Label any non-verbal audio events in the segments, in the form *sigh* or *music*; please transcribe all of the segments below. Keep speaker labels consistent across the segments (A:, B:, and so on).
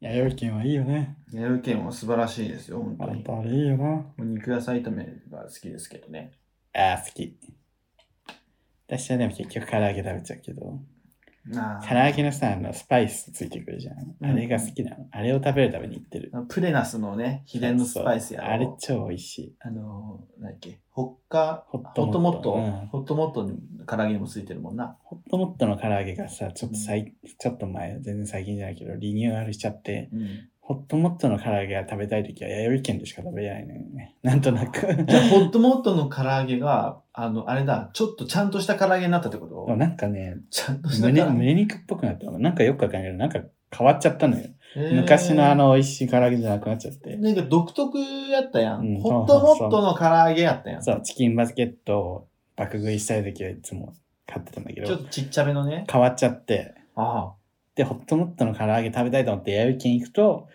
A: 弥生県はいいよね。
B: 弥生県は素晴らしいですよ、本当
A: あ
B: に。
A: とあれいいよな。
B: お肉野菜炒めが好きですけどね。
A: ああ、好き。私はでも結局唐揚げ食べちゃうけど、
B: な
A: 唐揚げのさ、あのスパイスついてくるじゃん。
B: うん
A: あれが好きなの。あれを食べるために行ってる。
B: プレナスのね、秘伝のスパイスや
A: そうあれ超美味しい。
B: あのー、なんだっけ、ほっか、
A: ほ
B: ほ
A: っと
B: っ
A: もっ
B: と
A: と
B: もっと、
A: うん
B: ほっともっとに唐揚げもついてるもんな。
A: ホットモットの唐揚げがさ、ちょっと最、ちょっと前、全然最近じゃないけど、リニューアルしちゃって、
B: うん、
A: ホットモットの唐揚げが食べたいときは弥生県でしか食べれないのよね。なんと *laughs* なく。
B: じゃあ、ほっともっとの唐揚げが、あの、あれだ、ちょっとちゃんとした唐揚げになったってこと
A: そうなんかね、
B: ちゃんとした唐
A: 胸
B: 揚げ。
A: 胸肉っぽくなったの。なんかよくわかんないけど、なんか変わっちゃったのよ。
B: へー
A: 昔のあ、の美味しい唐揚げじゃなくなっちゃって。
B: なんか独特やったや
A: うん
B: ん。ホットモットの唐揚げやったやん。ち
A: そ
B: ょ
A: う、チキンバスケットを爆食いしたいときはいつも買ってたんだけ
B: っ
A: ど、
B: とちっちゃめのね。
A: 変わっちゃって、
B: あ
A: で、ホットモットの唐揚げ食べたいと思って、弥生県行くと、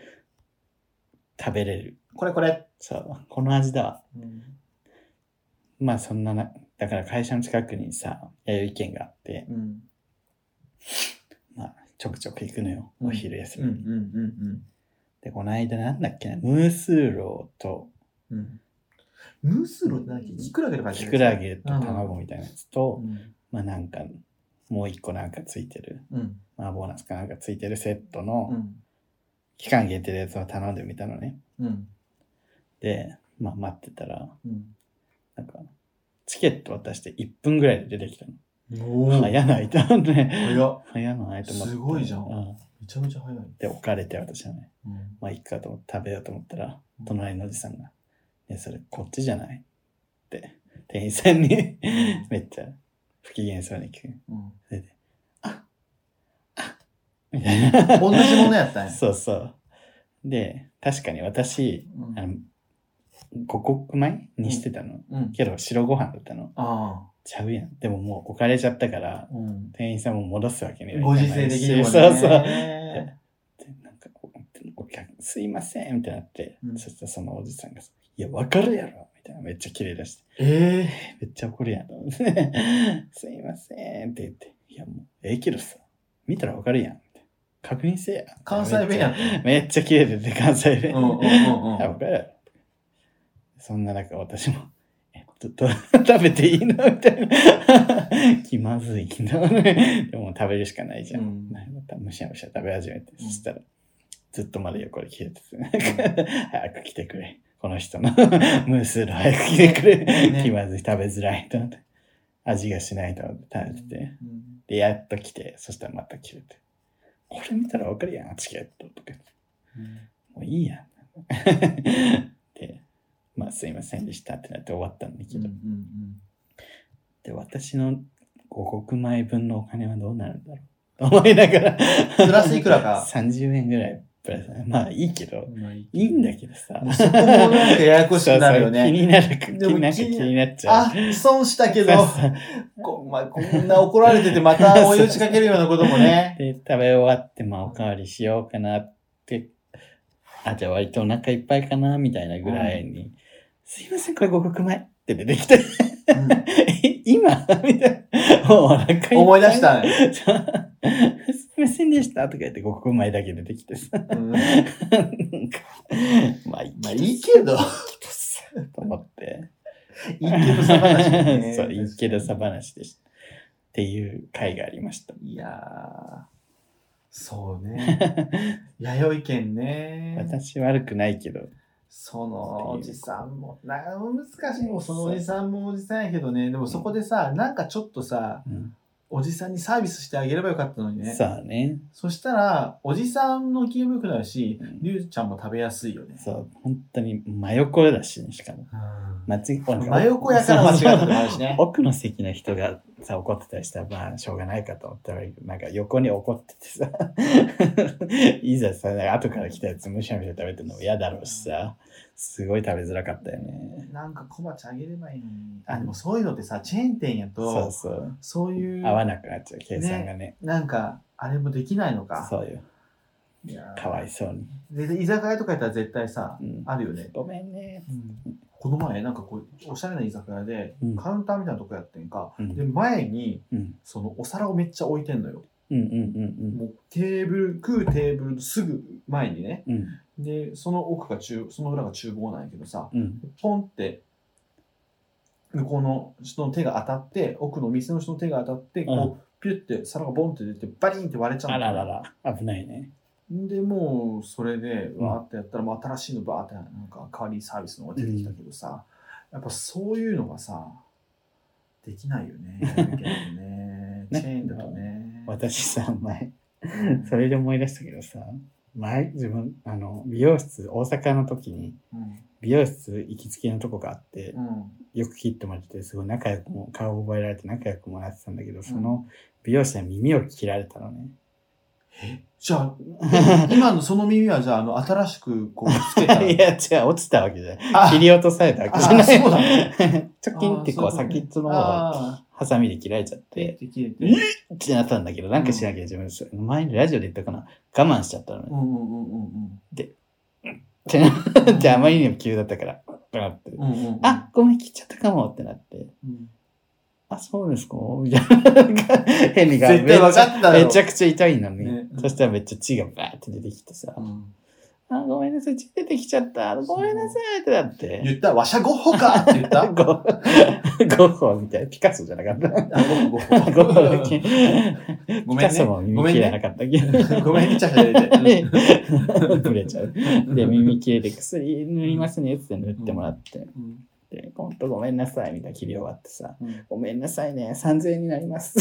A: 食べれる。
B: あ、これこれ。
A: そう、この味だわ。
B: うん
A: まあそんなな、だから会社の近くにさ、弥生県があって、
B: うん
A: まあちょくちょく行くのよ、
B: うん
A: お昼休
B: うん
A: み。
B: うんうん
A: で、この間なんだっけな、ムースーローと、
B: うんうん。ムースローって何だっけキクラゲとか
A: キクラゲと卵みたいなやつと、
B: うん
A: まあなんか、もう一個なんかついてる、
B: うん
A: まあボーナスかなんかついてるセットの、
B: うん
A: 期間限定のやつを頼んでみたのね。
B: うん
A: で、まあ待ってたら、
B: うん
A: なんか、チケット渡して1分ぐらいで出てきたの。
B: おー
A: 早ないと思ってね。
B: 早っ
A: 早ないと思って。
B: すごいじゃん
A: う
B: めちゃめちゃ早い。
A: で、置かれて私はね。
B: うん
A: まあ、いっかと思って食べようと思ったら
B: う、ん
A: 隣のおじさんが、ね、それこっちじゃないって、店員さんに *laughs* めっちゃ不機嫌そうに聞く。
B: うん
A: それで、ああみたいな。
B: 同じものやったんや。
A: そうそう。で、確かに私、
B: うん
A: あの、5穀米にしてたの。
B: うん。
A: けど、白ご飯だったの。
B: あ
A: ちゃうやん。でももう置かれちゃったから
B: あ。、うん。
A: 店員さんも戻すわけにはいか
B: ご
A: ないし
B: 時世的にもね。
A: そうそう。
B: う
A: でなんかおお客すいませんみたいになって、
B: うん
A: そしたらそのおじさんがさ「いやわかるやろ」みたいなめっちゃ綺麗だして
B: ええ
A: めっちゃ怒るやんと思って *laughs* 「すいません」って言って「いやもうええけどさ見たらわかるやん」みたいな確認せえや
B: 関西弁やったんや。
A: めっちゃ綺麗でて関西弁
B: うんうんうんうん
A: あわかるやろそんな中私も *laughs* えちょっと食べていいのみたいな *laughs* 気まずいけどねで *laughs* も食べるしかないじゃん、
B: うん
A: なんかまたむしゃむしゃ食べ始めて、
B: うん
A: そしたらずっとまだ横で消えてて、 *laughs* なんか早く来てくれこの人の *laughs* ムースーロー早く来てくれ、
B: ね
A: 気まずい食べづらいと思って味がしないと思って食べてて、
B: うん
A: でやっと来てそしたらまた消えてこれ見たらわかるやんチケットとかもういいや *laughs* んでまあすいませんでしたってなって終わったんだけ
B: うんう
A: ど、
B: ん
A: で私の五穀米分のお金はどうなるんだろうと *laughs* 思いながら
B: プラスいくらか
A: 30円ぐらいプラスまあいいけど
B: うんまあい
A: いいんだけどさ
B: もうそこもなんかややこしくなるよ
A: *laughs* そうそう気
B: ね。
A: になる気
B: でも
A: になんか気になっちゃう
B: あ、損したけど、
A: そうそう
B: こ,、まあ、こんな怒られててまた追い打ちかけるようなこともね。
A: で食べ終わってまあおかわりしようかなってあじゃあ割とお腹いっぱいかなみたいなぐらいに、すいませんこれ五穀米って出てきて
B: うん
A: え *laughs* 今みたいな。もうお腹っぱい
B: 思い出し。たね。
A: すいませんでしたとか言って、5個前だけ出てきてさ。 *laughs*
B: うん
A: なんかまあいい
B: まあ
A: けど
B: いいけど、
A: と思って。
B: いいけどさ話ね
A: *laughs* そう、いいけどさ話でした。っていう回がありました。
B: いやー、そうね。弥生県ね。
A: 私悪くないけど、
B: そのおじさんも、な難しいもうそのおじさんもおじさんやけどね、でもそこでさ、なんかちょっとさ、
A: うん
B: おじさんにサービスしてあげればよかったのにね。
A: さあね、
B: そしたら、おじさんの気分も良くなるし
A: うん、
B: りゅうちゃんも食べやすいよね。
A: そう、本当に真横だし、しかも。
B: うん
A: 間違
B: 真横やから間違った
A: そ
B: と
A: う
B: かあるし
A: *laughs*
B: ね。
A: 奥の席の人がさ怒ってたりしたらまあしょうがないかと思ったらなんか横に怒っててさ *laughs* いざさ後から来たやつむしゃむしゃ食べてるのも嫌だろうしさすごい食べづらかったよね
B: なんか小鉢あげればいいのに。あ、でもそういうのってさ、チェーン店や
A: そう
B: と、
A: そう
B: そういう、
A: 合わなくなっちゃう計算がね
B: なんか、あれもできないのか。
A: そうよ
B: いやー
A: かわいそうに、
B: で居酒屋とかやったら絶対さ、
A: うん、
B: あるよね。
A: ごめんね
B: この前、なんかこう、おしゃれな居酒屋で
A: うん、
B: カウンターみたいなとこやってんか、
A: うん
B: で、前に、
A: うん
B: そのお皿をめっちゃ置いてんのよ。
A: うんうん
B: もうテーブル食うテーブルのすぐ前にね
A: うんうん。
B: でその奥が中その裏が厨房なんやけどさ
A: うんうん。
B: ポンって向こうの人の手が当たって奥の店の人の手が当たってこう、ピュッて皿がボンって出てバリンって割れちゃうん
A: あ
B: だ
A: ららら、危ないね。
B: でもうそれで
A: うん
B: わーってやったら、もう新しいのバーってなんか代わりサービスのが出てきたけどさ、やっぱそういうのがさできないよ
A: *laughs*
B: ね結局ねチェーンだとね
A: 私さ、前、
B: うん
A: それで思い出したけどさ、前、自分、あの、美容室、大阪の時に、
B: うん
A: 美容室行きつけのとこがあって、
B: うん
A: よく切ってもらってて、すごい仲良くも、顔覚えられて仲良くもらってたんだけど、その美容師は耳を切られたのね。
B: じゃあ今のその耳はじゃああの新しくこうつけたら
A: *laughs* いや、違う、落ちたわけじゃない。
B: あ
A: 切り落とされたわけじゃな
B: あそうだ
A: い。 *laughs* チョキンってこ
B: あ
A: う、
B: そういう
A: 先
B: ことね
A: っちょの方を
B: あ
A: ハサミで切られちゃっ
B: ーで
A: て、
B: できれて
A: えってなったんだけど、なんか知らんけど、自分それ、前にラジオで言ったかな。我慢しちゃったのね
B: う。んうんうんうんうん
A: ってなって、あまりにも急だったから、ってなって。
B: うんうんうん
A: あ、ごめん、切っちゃったかもってなって。
B: うん
A: あ、そうですかみたいな。なんか変に顔
B: 絶対分かってた
A: め
B: よ
A: ちゃくちゃ痛いのに、
B: ね
A: そしたらめっちゃ血がバーって出てきてさ、
B: うん
A: あ、ごめんなさい、血出てきちゃった、ごめんなさいってなって、
B: 言ったわしゃごっほかって言った
A: ゴッゴッホみたいな、ピカソじゃなかった。
B: あごっほ
A: ゴッホだっけ
B: ご
A: ピ
B: めん
A: カ
B: ね
A: ソも耳切れなかったっけ
B: ごめんねちゃちゃで
A: ブレちゃう。で、耳切れて薬塗りますねって塗ってもらって、
B: うん
A: で、ほんとごめんなさいみたいな切り終わってさ、
B: うん
A: ごめんなさいね、3000円になり
B: *laughs*
A: ます。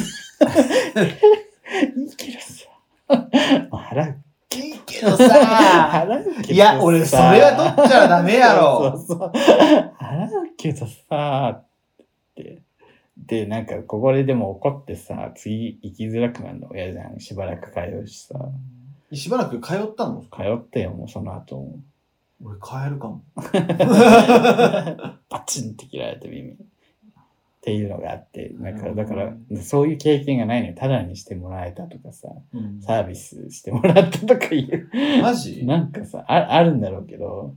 A: いいけどさ。払う。
B: いいけどさ、
A: 払うけどさ。
B: いや、俺、それは取っちゃダメやろ。
A: そうそうそう払うけどさ、って。で、なんか、ここででも怒ってさ、次行きづらくなるの嫌じゃん。しばらく通うしさ。
B: しばらく通ったの
A: 通ってよ、もうその後も。
B: 俺、帰るかも。
A: *laughs* バチンって切られて耳。っていうのがあって、なんか、
B: うん
A: だから、そういう経験がないのに、ただにしてもらえたとかさ、
B: うん
A: サービスしてもらったとかいう。 *laughs*
B: マジ
A: なんかさあ、あるんだろうけど、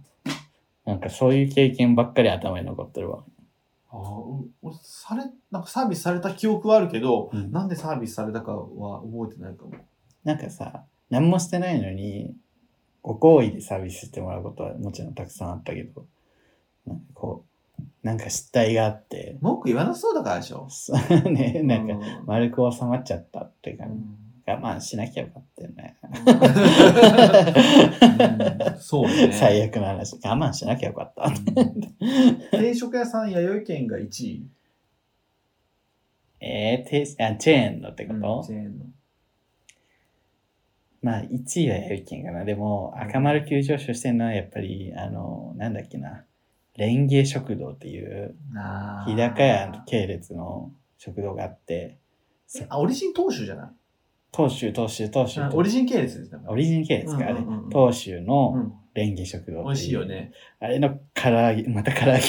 A: なんかそういう経験ばっかり頭に残ってるわ。
B: あうん俺、され、なんかサービスされた記憶はあるけど、
A: うん
B: なんでサービスされたかは覚えてないかも。
A: なんかさ、何もしてないのに、ご厚意でサービスしてもらうことはもちろんたくさんあったけど、なんかこう、なんか失態があって、 *laughs*
B: 文句言わなそうだからでしょ。
A: そうね、なんか
B: か、
A: 丸く収まっちゃったって
B: う
A: 感じ。
B: ん
A: 我慢しなきゃよかったよね。
B: うんそう *laughs* ね。
A: 最悪の話。我慢しなきゃよかった。
B: うん定食屋さん、弥生県が1位。
A: えー、てあチェーンのってこと、
B: せーの
A: まあ、1位はやるけんかな。でも、赤丸急上昇してんのは、やっぱり、あの、なんだっけな、レンゲ食堂っていう、
B: なあ
A: 日高屋系列の食堂があって、
B: えあ、オリジン当主じゃない
A: 東州、東州、東州
B: あ、オリジン系列ですね。
A: オリジン系列か、あれ
B: うんうんうん。
A: 東州
B: う
A: の
B: ん、
A: レンゲ食堂。
B: 美味しいよ。ね。
A: あれの唐揚げ、また唐揚げ。
B: あ唐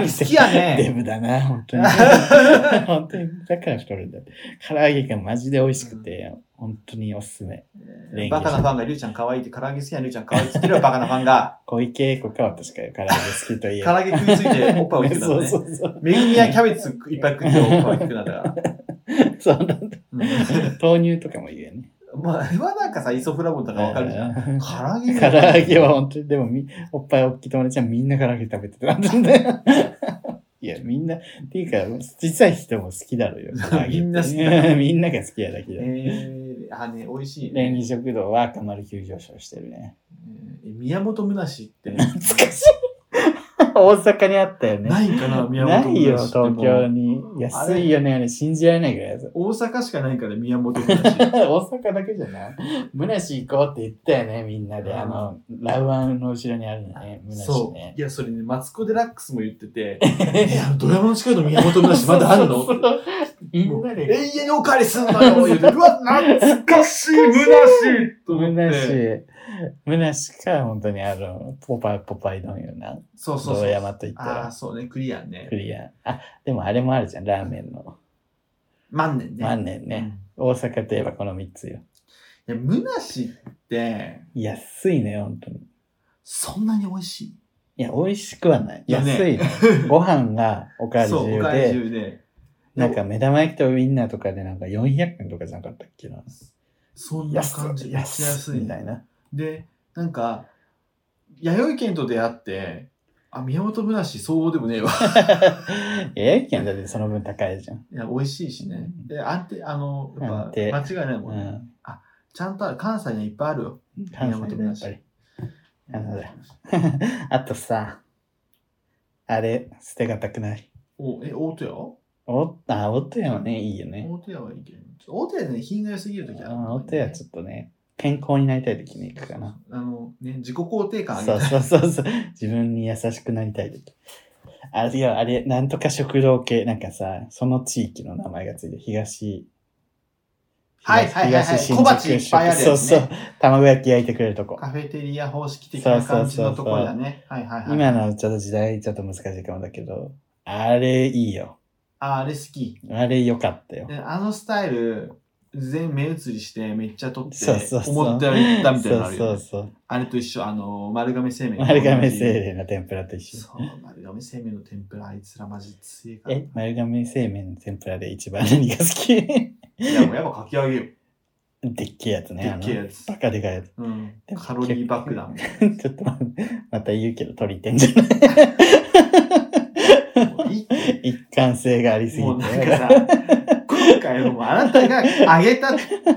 B: 揚げ好きや
A: デ *laughs*
B: ね。
A: ブだな、本当
B: *laughs*
A: に。本当に、だから太るんだよ。唐揚げがマジで美味しくて、本当におすすめ。レンゲ
B: バカなファンがりゅうちゃん可愛いって、唐揚げ好きやりゅうちゃん可愛いって言ってるよ、バカなファンが。
A: 小池栄子か、私かよ、唐揚げ好きといえ
B: *laughs* 唐
A: ば。
B: 揚げ食いついておっぱい大きくな
A: そ
B: る
A: う
B: ね
A: そ。うそう。
B: めぐみやキャベツいっぱい食っておっぱい大きくなったから。
A: そうなんだ。
B: うん
A: 豆乳とかも言うよね。
B: まあ、今なんかさ、イソフラボンとかわかるじゃん。
A: 唐
B: 唐揚げ
A: 揚げは本当に、でもみ、おっぱい大きい友達はみんな唐揚げ食べてたんだよ。
B: *laughs*
A: いや、みんな、っていうか、小さい人も好きだろうよ。唐揚げって
B: みんな好き
A: *laughs*
B: だ
A: みんなが好きやだけ
B: え
A: だ。
B: ー、あ、ね、美味しい
A: 連
B: ね。
A: 議食堂は赤丸急上昇してるね。
B: えー宮本むなしって、
A: 懐かしい。大阪にあったよね。
B: ないかな、宮
A: な
B: 本
A: い
B: む
A: よ、
B: なしってもう。
A: 東京に。安いよね、あれ、信じられないぐらいやつ。
B: 大阪しかないから、宮本
A: *laughs*
B: むなし。
A: 大阪だけじゃないむなし行こうって言ったよね、みんなで。あの、ラウアンの後ろにあるのね、むなし
B: そう
A: ね。。
B: いや、それね、マツコ・デラックスも言ってて、 *laughs* え、あの、ドラマの近くの宮本武蔵まだあるの
A: そうそうそうみんな
B: 永
A: で、
B: 遠におかわりすんのよ
A: *laughs*
B: 言うて、うわ、懐かしい、虚しいと
A: む
B: 思
A: な
B: って。
A: し、むなしか、本当にあの、ポパイ、ポパイ丼よな。
B: そうそう
A: 堂
B: そう。
A: 山といった
B: ああ、
A: ら、
B: そうね、クリアンね
A: ク。リア。あ、でもあれもあるじゃん、ラーメンの。
B: 万年ね。
A: 万年ね。大阪といえばこの3つよ。
B: うん。いや、むなしって、
A: 安いね、本当に。
B: そんなに美味しい。
A: いや、美味しくはない。
B: よ
A: 安
B: ね *laughs*
A: いね。ご飯がおかわり
B: そう、おかわり
A: 自由
B: 中で。
A: で、なんか目玉焼きとウインナーとかでなんか400円とかじゃなかったっけな。
B: そんな
A: 安
B: 感じ。めっちゃ安い
A: みたいな。
B: で、なんか、弥生県と出会って、あ、宮本むなし、そうでも
A: *laughs*
B: ねえわ。
A: *laughs* ええ券だってその分高いじゃん。
B: いや、美味しいしね。
A: うん
B: で、安定、あの、や
A: 安
B: っ
A: 定
B: ぱ、間違いないも
A: うん
B: ね。
A: ん。
B: ちゃんとある、関西にはいっぱいあるよ。
A: 関西だやっぱり。なるほど *laughs* あとさ、あれ、捨てがたくない。
B: お、え、大戸屋
A: お、あ、おとやはね、いいよね。
B: 大戸屋はいいけど。大戸屋ね、品が良すぎるときある、
A: おとやち
B: ょっ
A: ょっとね、健康になりたい時に行くかな。。
B: あの、ね、自己肯定感上げ
A: そう
B: たい。
A: そうそうそう。自分に優しくなりたい時。あれ、いや、あれ、なんとか食堂系、なんかさ、その地域の名前がついて、東、
B: はいはいはいはい
A: 東新
B: 小
A: 宿
B: 鉢いっぱいあるやつね
A: そうそう。卵焼き焼いてくれるとこ。
B: カフェテリア方式的な感じのところだね。はいはいはい。
A: 今のちょっと時代ちょっと難しいかもだけど、あれいいよ。
B: あ、あれ好き。
A: あれよかったよ
B: で。あのスタイル、全目移りしてめっちゃ撮って、
A: そうそうそう。
B: 思ったより行ったみたいなのあるよ、ね
A: そうそうそう。
B: あれと一緒、あの、丸亀製麺。
A: 丸亀製。麺の天ぷらと一緒。
B: そう、丸亀製麺の天ぷら、あいつらマジ強いから。
A: え
B: い、
A: 丸亀製麺の天ぷらで一番何が好き *laughs*
B: や、もうやっぱかき揚げよ。
A: でっけえやつね。
B: でっけえやつ
A: あのバカでかいやつ。 *laughs*
B: うん
A: で。も
B: カロリー爆弾。
A: ちょっとままた言うけど、鳥天じゃない。
B: もういいって
A: 一貫性がありすぎ
B: もうなんか
A: て。
B: さ、今回のもうあなたがあげた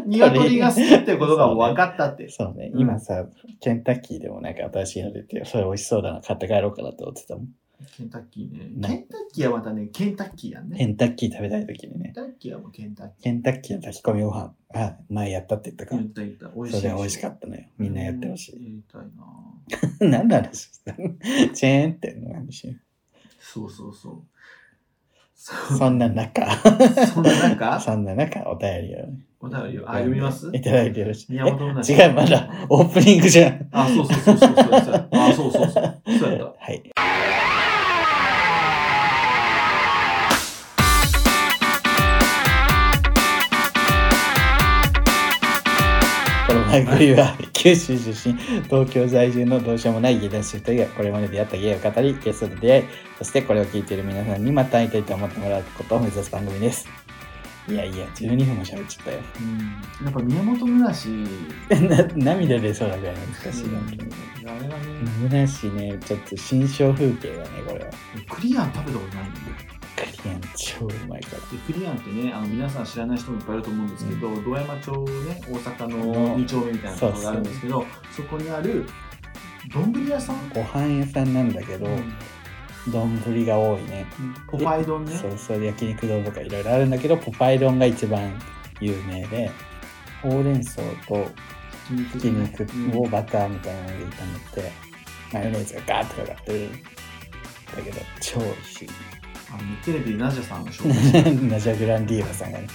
B: 鶏が好きってことがもう分かったって。
A: そうね、
B: うん
A: 今さ、ケンタッキーでもなんか新しいの出て、それ美味しそうだな、買って帰ろうかなと思ってたもん。
B: ケンタッキーね。
A: ね
B: ケンタッキーはまたね、ケンタッキーだね。
A: ケ
B: ケン
A: ンタッキー食べたい時にね、
B: タッキーはもうケンタッキー。
A: ケンタッキーの炊き込みご飯、あ、前やったって言ったか
B: 言
A: ら
B: っ、た言った。美味しい。
A: それ美味しかったのよ。みんなやってほし
B: うん
A: い。 *laughs*
B: やりたいなぁ
A: 何の話したのチェーン店の話。
B: そうそうそう。そ
A: そんな中、
B: そんな中、
A: そんな中、お便りをね。
B: お便りをあ読みます
A: いただいてよろしい。
B: 宮本むなし
A: え違う、まだオープニングじゃん。
B: あ、そうそうそうそうそうそう。あ、そうそうそう。そうやった。
A: はい。この番組は九州出身、東京在住のどうしようもない芸男子2人がこれまで出会った芸を語り、ゲストと出会い、そしてこれを聞いている皆さんにまた会いたいと思ってもらうことを目指す番組です。いやいや、12分も喋っちゃったよ。 *laughs*
B: うん。やっぱ宮本むなし、
A: な涙出そうなぐらい難しいな。
B: うんあれはね、
A: 難しいね、ちょっと新象風景だね、これは。
B: クリアン食べたことないんだよ。
A: クリアン超うまいから。
B: でクリアンってね、あの皆さん知らない人もいっぱいいると思うんですけど、堂山町ね、大阪の
A: うん
B: 2丁目みたいなところがあるんですけど、そこにある、丼屋さん
A: ご飯屋さんなんだけど、丼が多いね。
B: うんポパイ丼ね。
A: そうそう、焼肉丼とかいろいろあるんだけど、ポパイ丼が一番有名で、ほうれん草と
B: ひき肉
A: ひき肉
B: う
A: を
B: ん
A: バターみたいなので炒めて、マヨネーズがガーッとかかってる。だけど、超美味しい。
B: あのテレビでナジャさんを紹介して
A: *laughs* ナジャグランディーバさんがね。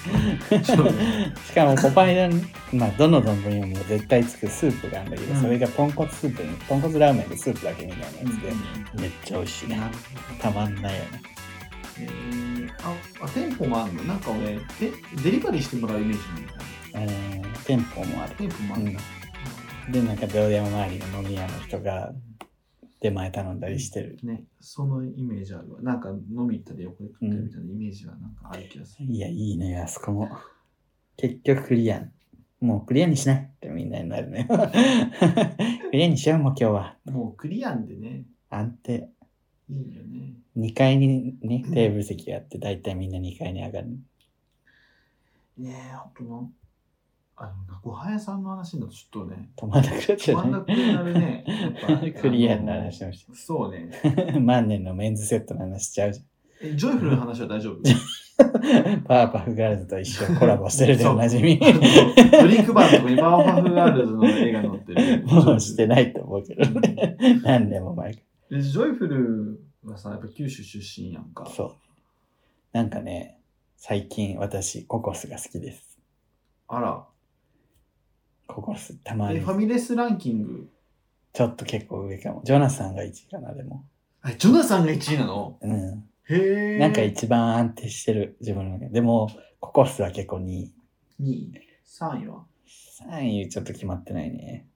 B: そうね
A: しかもポパイ丼、 *laughs* まあ、どの丼にも絶対つくスープがあるんだけど、
B: うん
A: それがポンコツスープに、ポンコツラーメンでスープだけみたいなやつで、めっちゃ美味しいね
B: な。る
A: たまんないよね。
B: ほどねああ店舗もあるのなんか俺えデリバリーしてもらうイメージなんだよね
A: えー店舗もある。
B: 店舗もあるんだ、
A: で、なんか、病山周りの飲み屋の人が出前頼んだりしてる。
B: ねそのイメージあるわなんか飲み行ったで横で食ってるみたいなイメージはなんかある気がする、
A: いや、いいね、あそこも。結局クリアン。もうクリアンにしないってみんなになるね。 *laughs* クリアンにしよう、もう今日は。
B: もうクリアンでね
A: 安定。
B: いいよね
A: 2階にね、テーブル席があって、だいたいみんな2階に上がる。
B: ねえあとなあのご飯屋さんの話だとちょっと
A: *laughs*
B: ね
A: 止まんなくなっち
B: 止
A: ゃ
B: まんな
A: う
B: くなるねやっ
A: ね。*laughs*
B: ぱ
A: クリアンの話をし
B: あのそうね
A: て。 *laughs* 万年のメンズセットの話しちゃうじゃん。
B: えジョイフルの話は大丈夫
A: パワーパフガールズと一緒にコラボしてるでおなじみ。
B: あのドリンクバーのとこにパワーパフガールズの映画載ってる。
A: もうしてないと思うけどね。何年も前か。。
B: でジョイフルはさ、やっぱ九州出身やんから
A: そう。なんかね、最近私、ココスが好きです。
B: あら、
A: ココス、たま
B: え
A: に
B: フ。ァミレスランキング。
A: ちょっと結構上かも。ジョナサンが1位かな、でも。
B: あ、ジョナサンが1位なの
A: うん。
B: へえ。
A: なんか一番安定してる、自分の中で。でも、ココスは結構2位。
B: 2位、3位は。
A: 3位ちょっと決まってないね。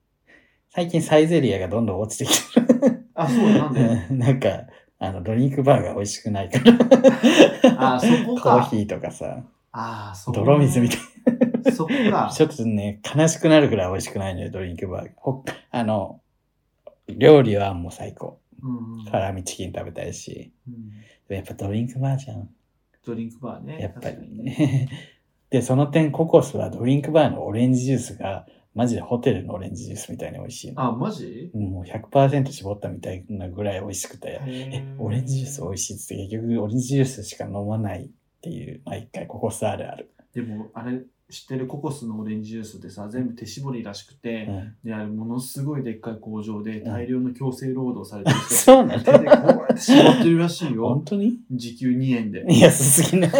A: 最近サイゼリアがどんどん落ちてきてる。
B: あ、そうなんで。
A: *laughs* うんなんか、あの、ドリンクバーが美味しくないから。
B: あーそこ
A: コ
B: か
A: ーヒーとかさ、
B: ああ、そう、
A: 泥水みたい
B: い。そこ
A: な。
B: か。
A: ちょっとね、悲しくなるぐらい美味しくないのよ、ドリンクバーが。ほあの、料理はもう最高。
B: うんうん
A: ハラミチキン食べたいし。
B: うん
A: でもやっぱドリンクバーじゃん。
B: ドリンクバーね。
A: やっぱり
B: 確かにね。
A: ね。 *laughs* で、その点ココスはドリンクバーのオレンジジュースが、マジでホテルのオレンジジュースみたいに美味しいの。
B: あ、マジ
A: もう100%絞ったみたいなぐらい美味しくて。えオレンジジュース美
B: い。
A: 味しいっつって結局オレンジジュースしか飲まないっていう毎回ココスあるある、
B: でも、あれ、知ってるココスのオレンジジュースってさ、全部手絞りらしくて、
A: うん、
B: で、あれ、ものすごいでっかい工場で大量の強制労働されてる人
A: *laughs* そうなの
B: 手でこうやって絞ってるらしいよ
A: 本。当に
B: 時給2円で。
A: いやすすぎない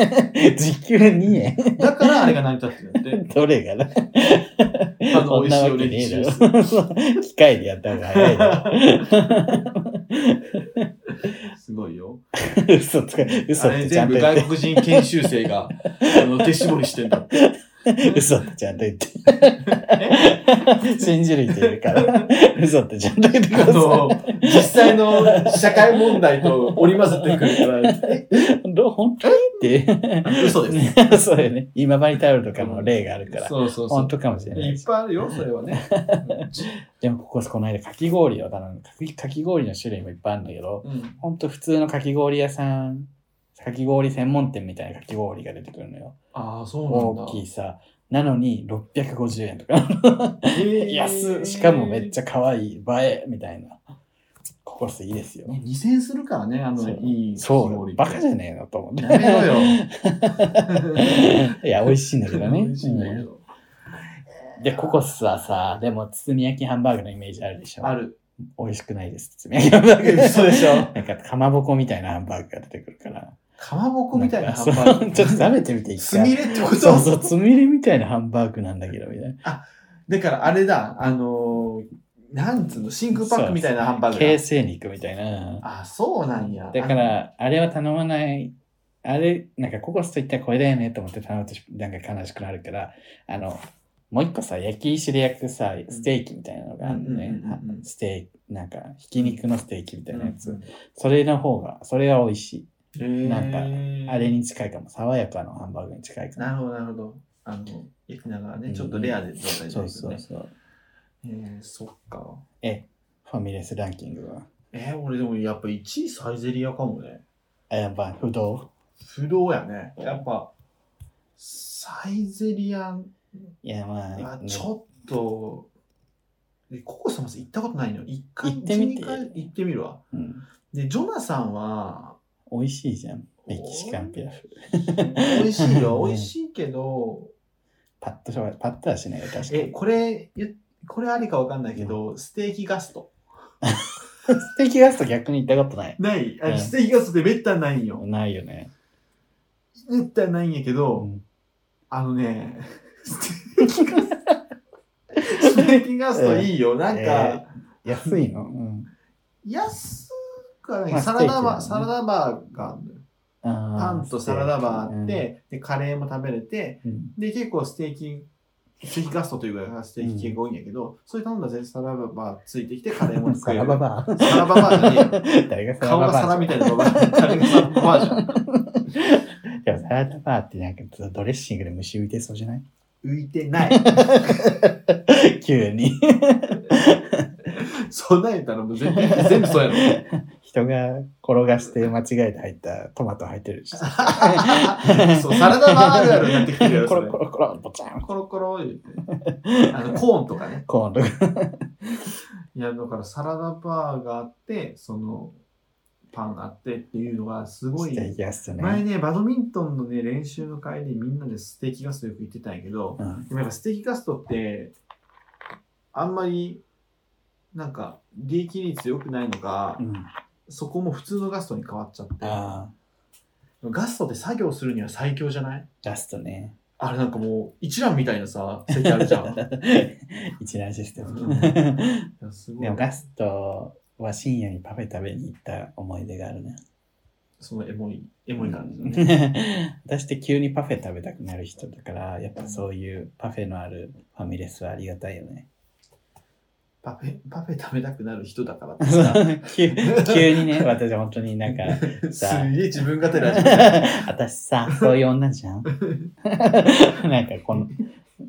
A: 時給2円
B: だからあれが成り立って
A: *laughs*
B: るんだっ
A: どれがな
B: あの
A: そんなわけねえだろ機械でやった方が早いだ
B: て。すごいよ。
A: ろ *laughs* 嘘つか嘘
B: あ
A: っ
B: れ
A: てちゃ
B: 全
A: んと言
B: 部
A: っ
B: 外国人研修生があの手絞りしてんだって。
A: て嘘ってちゃんと言って
B: え
A: 信じる人いる
B: *laughs*
A: から嘘ってちゃんと言ってく
B: あ
A: ださい *laughs*
B: の、実際の社会問題と織り交ぜてくるから、え
A: どう本当にって *laughs*
B: 嘘です。
A: そうよね今治タオルとかの例があるから
B: そうそうそう
A: 本。当かもしれない
B: いっぱいあるよ、それはね。
A: でもこここの間かき氷を頼むかきかき氷の種類もいっぱいあるんだけど
B: うん
A: ほんと普通のかき氷屋さんかき氷専門店みたいなかき氷が出てくるのよ
B: ああ、そうなん
A: 大
B: だ。
A: きいさなのに650円とか
B: へえ
A: 安っしかもめっちゃ可愛い映えみたいなここすいいですよ
B: ね2000円するからね、あの、
A: そう
B: いい
A: そうバカじ
B: ゃ
A: ゃねえのと思
B: *laughs*
A: って
B: やめろよ。
A: *laughs* いや美味しいんだけどね
B: 美味しいんだけど
A: うんでココスはさでも包み焼きハンバーグのイメージあるでしょ
B: ある。
A: 美味しくないです包み焼きハンバーグ
B: 嘘でしょ。
A: なんかかまぼこみたいなハンバーグが出てくるから
B: かまぼこみたいなハンバ
A: なんか
B: ー
A: そう
B: グ。
A: ちょっと食べてみていい
B: すみれってこと
A: そうそう、つみれみたいなハンバーグなんだけど、みたい
B: だからあれだ、あのーなんつうの、真空パックみたいなハンバー
A: な。
B: グ
A: 形
B: だ。
A: 成肉みたいな。
B: あ、そうなんや。
A: だから、あれは頼まない。あれ、なんかココスといったらこれだよねと思って頼むと、なんか悲しくなるから、あの、もう一個さ、焼き石で焼くさ、ステーキみたいなのがあるのね
B: うんうんうんう。ん
A: ステーキ、なんか、ひき肉のステーキみた
B: う
A: い
B: ん、
A: なやつ。それの方が、それが美味しなんか
B: ん
A: い。あれ。に近いかも。爽やかなハンバーグに近いかも。
B: なるほど、なるほど。あの、焼きながらね、ちょっとレアで状態です
A: そ
B: ね。
A: うそうそう。
B: えー、そっか。
A: え、ファミレスランキングは。
B: えー、俺でもやっぱ1位サイゼリアかもね。
A: あ、やっぱ不動
B: 不動やね。やっぱ、サイゼリア
A: いや、まあ
B: は、
A: ね
B: ちょっと、えココさんまず行ったことないの一回、
A: 行ってみて
B: 一二回行ってみるわ。
A: うん
B: で、ジョナさんは、
A: 美味しいじゃん。メキシカンピラフ。
B: 美味しいよ、
A: *laughs* ね
B: 美味しいけど、
A: パッとしょパッとはしないよ、確か
B: え、
A: に。
B: これ、ゆこれありかわかんないけど、ステーキガスト。
A: ステーキガスト逆に行ったことない。
B: ない、あ
A: うん
B: ステーキガストってめったにないんよ。
A: ないよね。
B: めったにないんやけど、
A: うん
B: あのね、ステーキガスト。ステーキガストいいよ。なんか、
A: え安いのうん。
B: 安くはない、
A: まあ
B: サラダバー、
A: ステーキだ
B: サ
A: ね
B: ラダバーがあるのよパ
A: パ
B: ンとサラダバーあって、で、カレーも食べれて、
A: うん。
B: で、結構ステーキ、ステーキガストというぐらいのステーキ系が多いんやけど、それ頼んだら全然サラダバーついてきてカレー
A: う
B: も
A: ん
B: 作
A: サ
B: れ
A: ラ
B: る。
A: ババー。
B: サラババーじゃねえよ。
A: 誰がサラ
B: 顔
A: バ
B: が
A: バー
B: 皿みたいなのが誰が皿バーじゃん。
A: でもサラダバーってなんかドレッシングで虫浮いてそうじゃない
B: *laughs* 浮いてない。
A: 急に。
B: そんなん言ったらもう全部、全部そうやろ。
A: 人が転がして間違えて入ったトマト入ってる
B: *laughs*
A: し。
B: *laughs* そう、サラダバーあるあるになってきてる
A: *laughs*
B: *laughs* よ、
A: コ
B: そ
A: ロ
B: れ
A: コ。ロコロ、ボチャン。
B: コロコロ言って。あの、コーンとかね。
A: コーンとか。
B: いや、だからサラダバーがあって、その、パンあってっていうのがすごい
A: ス。テーキガスト
B: 前
A: ね。
B: ね、バドミントンのね、練習の帰りみんなでステーキガストよく行ってたんやけど、
A: うん
B: でもやっぱステーキガストって、あんまり、なんか、利益率良くないのか
A: う、ん。
B: そこも普通のガストに変わっちゃって。
A: ああ、
B: ガストで作業するには最強じゃない
A: ガストね。
B: あれなんかもう一覧みたいなさ、席あるじゃん。
A: *laughs*
B: い
A: 一覧システム。
B: うんやすごい
A: でもガストは深夜にパフェ食べに行った思い出があるね。
B: そのエモい、エモい感じだね。
A: *laughs* 私って急にパフェ食べたくなる人だから、やっぱそういうパフェのあるファミレスはありがたいよね。
B: パフェ、パフェ食べたくなる人だからってさ、
A: *laughs* 急急に *laughs* ね、私本当になんか、
B: す
A: さ
B: げえ自分語
A: *laughs*
B: り始めた。
A: 私さ、そういう女じゃん。 *laughs* なんかこの、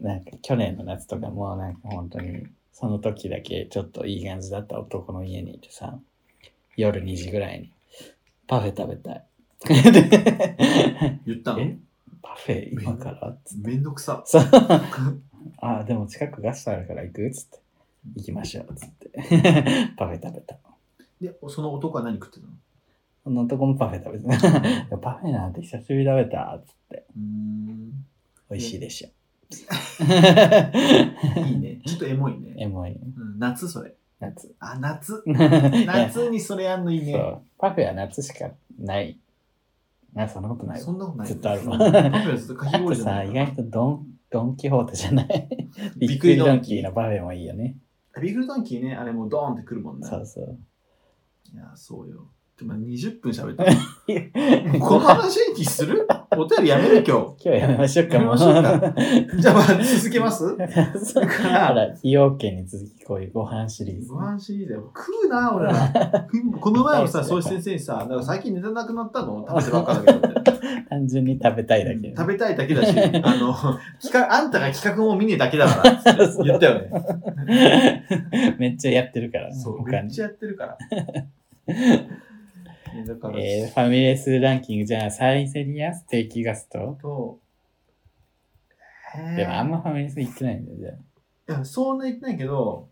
A: なんか去年の夏とかもなんか本当に、その時だけちょっといい感じだった男の家にいてさ、夜2時ぐらいに、パフェ食べたい。
B: 言ったの
A: *laughs* えパフェ今からつって
B: めんどくさ。
A: そうあ、でも近くガストあるから行くつって。行きましょう。つって。 *laughs* パフェ食べた。
B: で、その男は何食ってたの
A: そのとこもパフェ食べ *laughs* た。パフェなんて久しぶりに食べた。つって。
B: うーん。
A: 美味しいでしょ。
B: いいね。ちょっとエモいね。
A: *laughs* エモい
B: うん、夏それ。
A: 夏。
B: あ、
A: *laughs*
B: 夏。
A: 夏
B: 夏にそれやんのいい
A: そ
B: ね。
A: う。パフェは夏しかない。な、そんなことないわ
B: そんなことない。
A: ずっとある
B: わ。
A: わ
B: パフェはずっとかき
A: あと
B: 氷じゃな
A: さ、
B: い
A: 意
B: から。
A: 外とドン、ドンキホーテじゃない。
B: び *laughs*
A: び
B: っ
A: っ
B: く
A: く
B: り
A: り
B: ド
A: ド
B: ン
A: ン
B: キ
A: キ
B: ー
A: ーのパフェもいいよね。
B: ビッグドンキーね、あれもうドーンってくるもんね。
A: そうそう。
B: いや、そうよ。でも20分喋
A: *laughs*
B: った。
A: 今
B: この話にするお便りやめる今
A: 日やめましょうか、
B: やめましょうか日。じゃあ、まあ、続けます
A: *laughs* そうほら、崎陽軒に続きこういうご飯シリーズ
B: ご。飯シリーズだよ。食うな、俺ら。この前もさ、そういう先生にさ、なんか最近寝てなくなったの食べてばっかだけ
A: *laughs*
B: どって。
A: 単純に食べたいだけ。
B: 食べたいだけ
A: *laughs*
B: だし、あの、企画、あんたが企画も見ねえだけだからっつって言ったよね。
A: *laughs* めっちゃやってるから、
B: そう、め
A: 他
B: っ
A: に。
B: ちゃやってる
A: *laughs*
B: から。ねだから、
A: えーファミレスランキングじゃあサイゼリアステーキガスト
B: と、
A: でもあん
B: ま
A: まファミレス行ってないんだよじゃあ
B: いや、そんな言ってないけど、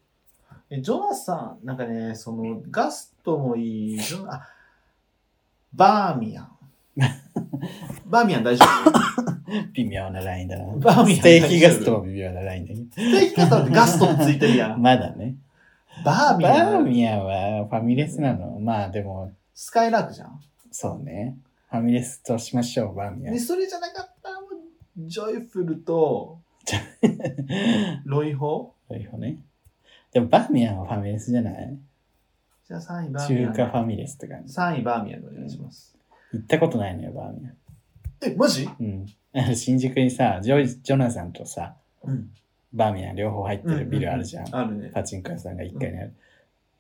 B: えジョナサン、なんかね、その、ガストもいい、ジョナあ、バー
A: *laughs*
B: ミヤン。バーミヤン大丈夫
A: 微妙なラインだな。
B: バーミヤン
A: ステーキガストも微妙なラインだけど。
B: ステーキガストってガストってついてるやん。
A: まだね。
B: バ
A: バ
B: ーミヤ
A: ー
B: ン。
A: ミヤンはファミレスなの。まあでも、
B: スカイラークじゃん。
A: そうね。ファミレスとしましょう、バーミヤン
B: で、。それじゃなかったらもう、ジョイフルと、ロイホ
A: そういう方ね。でもバーミヤンはファミレスじゃない
B: じゃあ3位バーミヤ
A: 中
B: ン。
A: 華ファミレスって感じ。
B: 3位バーミヤンでお願いします。
A: 行ったことないのよ、バーミヤン。
B: え、マジ
A: うんあの。新宿にさ、ジョイジョナサンとさ、
B: うん。
A: バーミヤン両方入ってるビルあるじゃん。
B: あるね。
A: パチンコ屋さんが1階にある。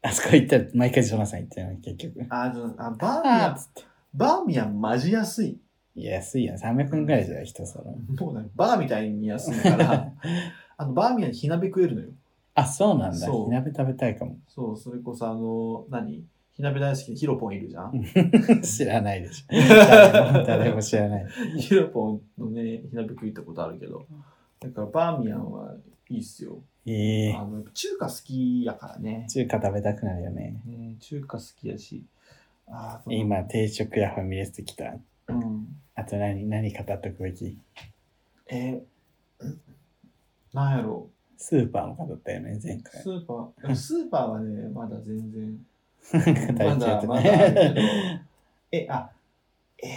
A: あそこ行ったら毎回ジョナサン行ってるの、結局。
B: あ、じゃああバーミヤ
A: あー
B: ン
A: っ。つって。
B: バーミヤンマジ安い。
A: いや安いやん。300円ぐらいじゃん、人そろ。
B: もうね、バーみたいに安いから、あのバーミヤン火鍋食えるのよ。
A: あ、そうなんだ。
B: そう
A: 火鍋食べたい
B: *laughs*
A: かも。
B: そう、それこそあの、何火鍋大好きでヒロポンいるじゃん。
A: 知らないでしょ。誰
B: *laughs*
A: も誰も知らない。
B: ヒロポンのね、火鍋食いたことあるけど。だからバーミヤンはいいっすよ。
A: ええ
B: あの中華好きやからね。
A: 中華食べたくなるよね。
B: ね中華好きやし。あーその
A: 今、定食やファミレスってきた。
B: うん。
A: あと何、何語っとくべき
B: えー、なんやろ
A: スーパーも語ったよね、前
B: う。
A: 回
B: ス。ーパー、スーパーはね、まだ全然。
A: *laughs* 語り継い
B: まだ
A: で
B: まだあるけ
A: ね
B: ど。え、あ、えー、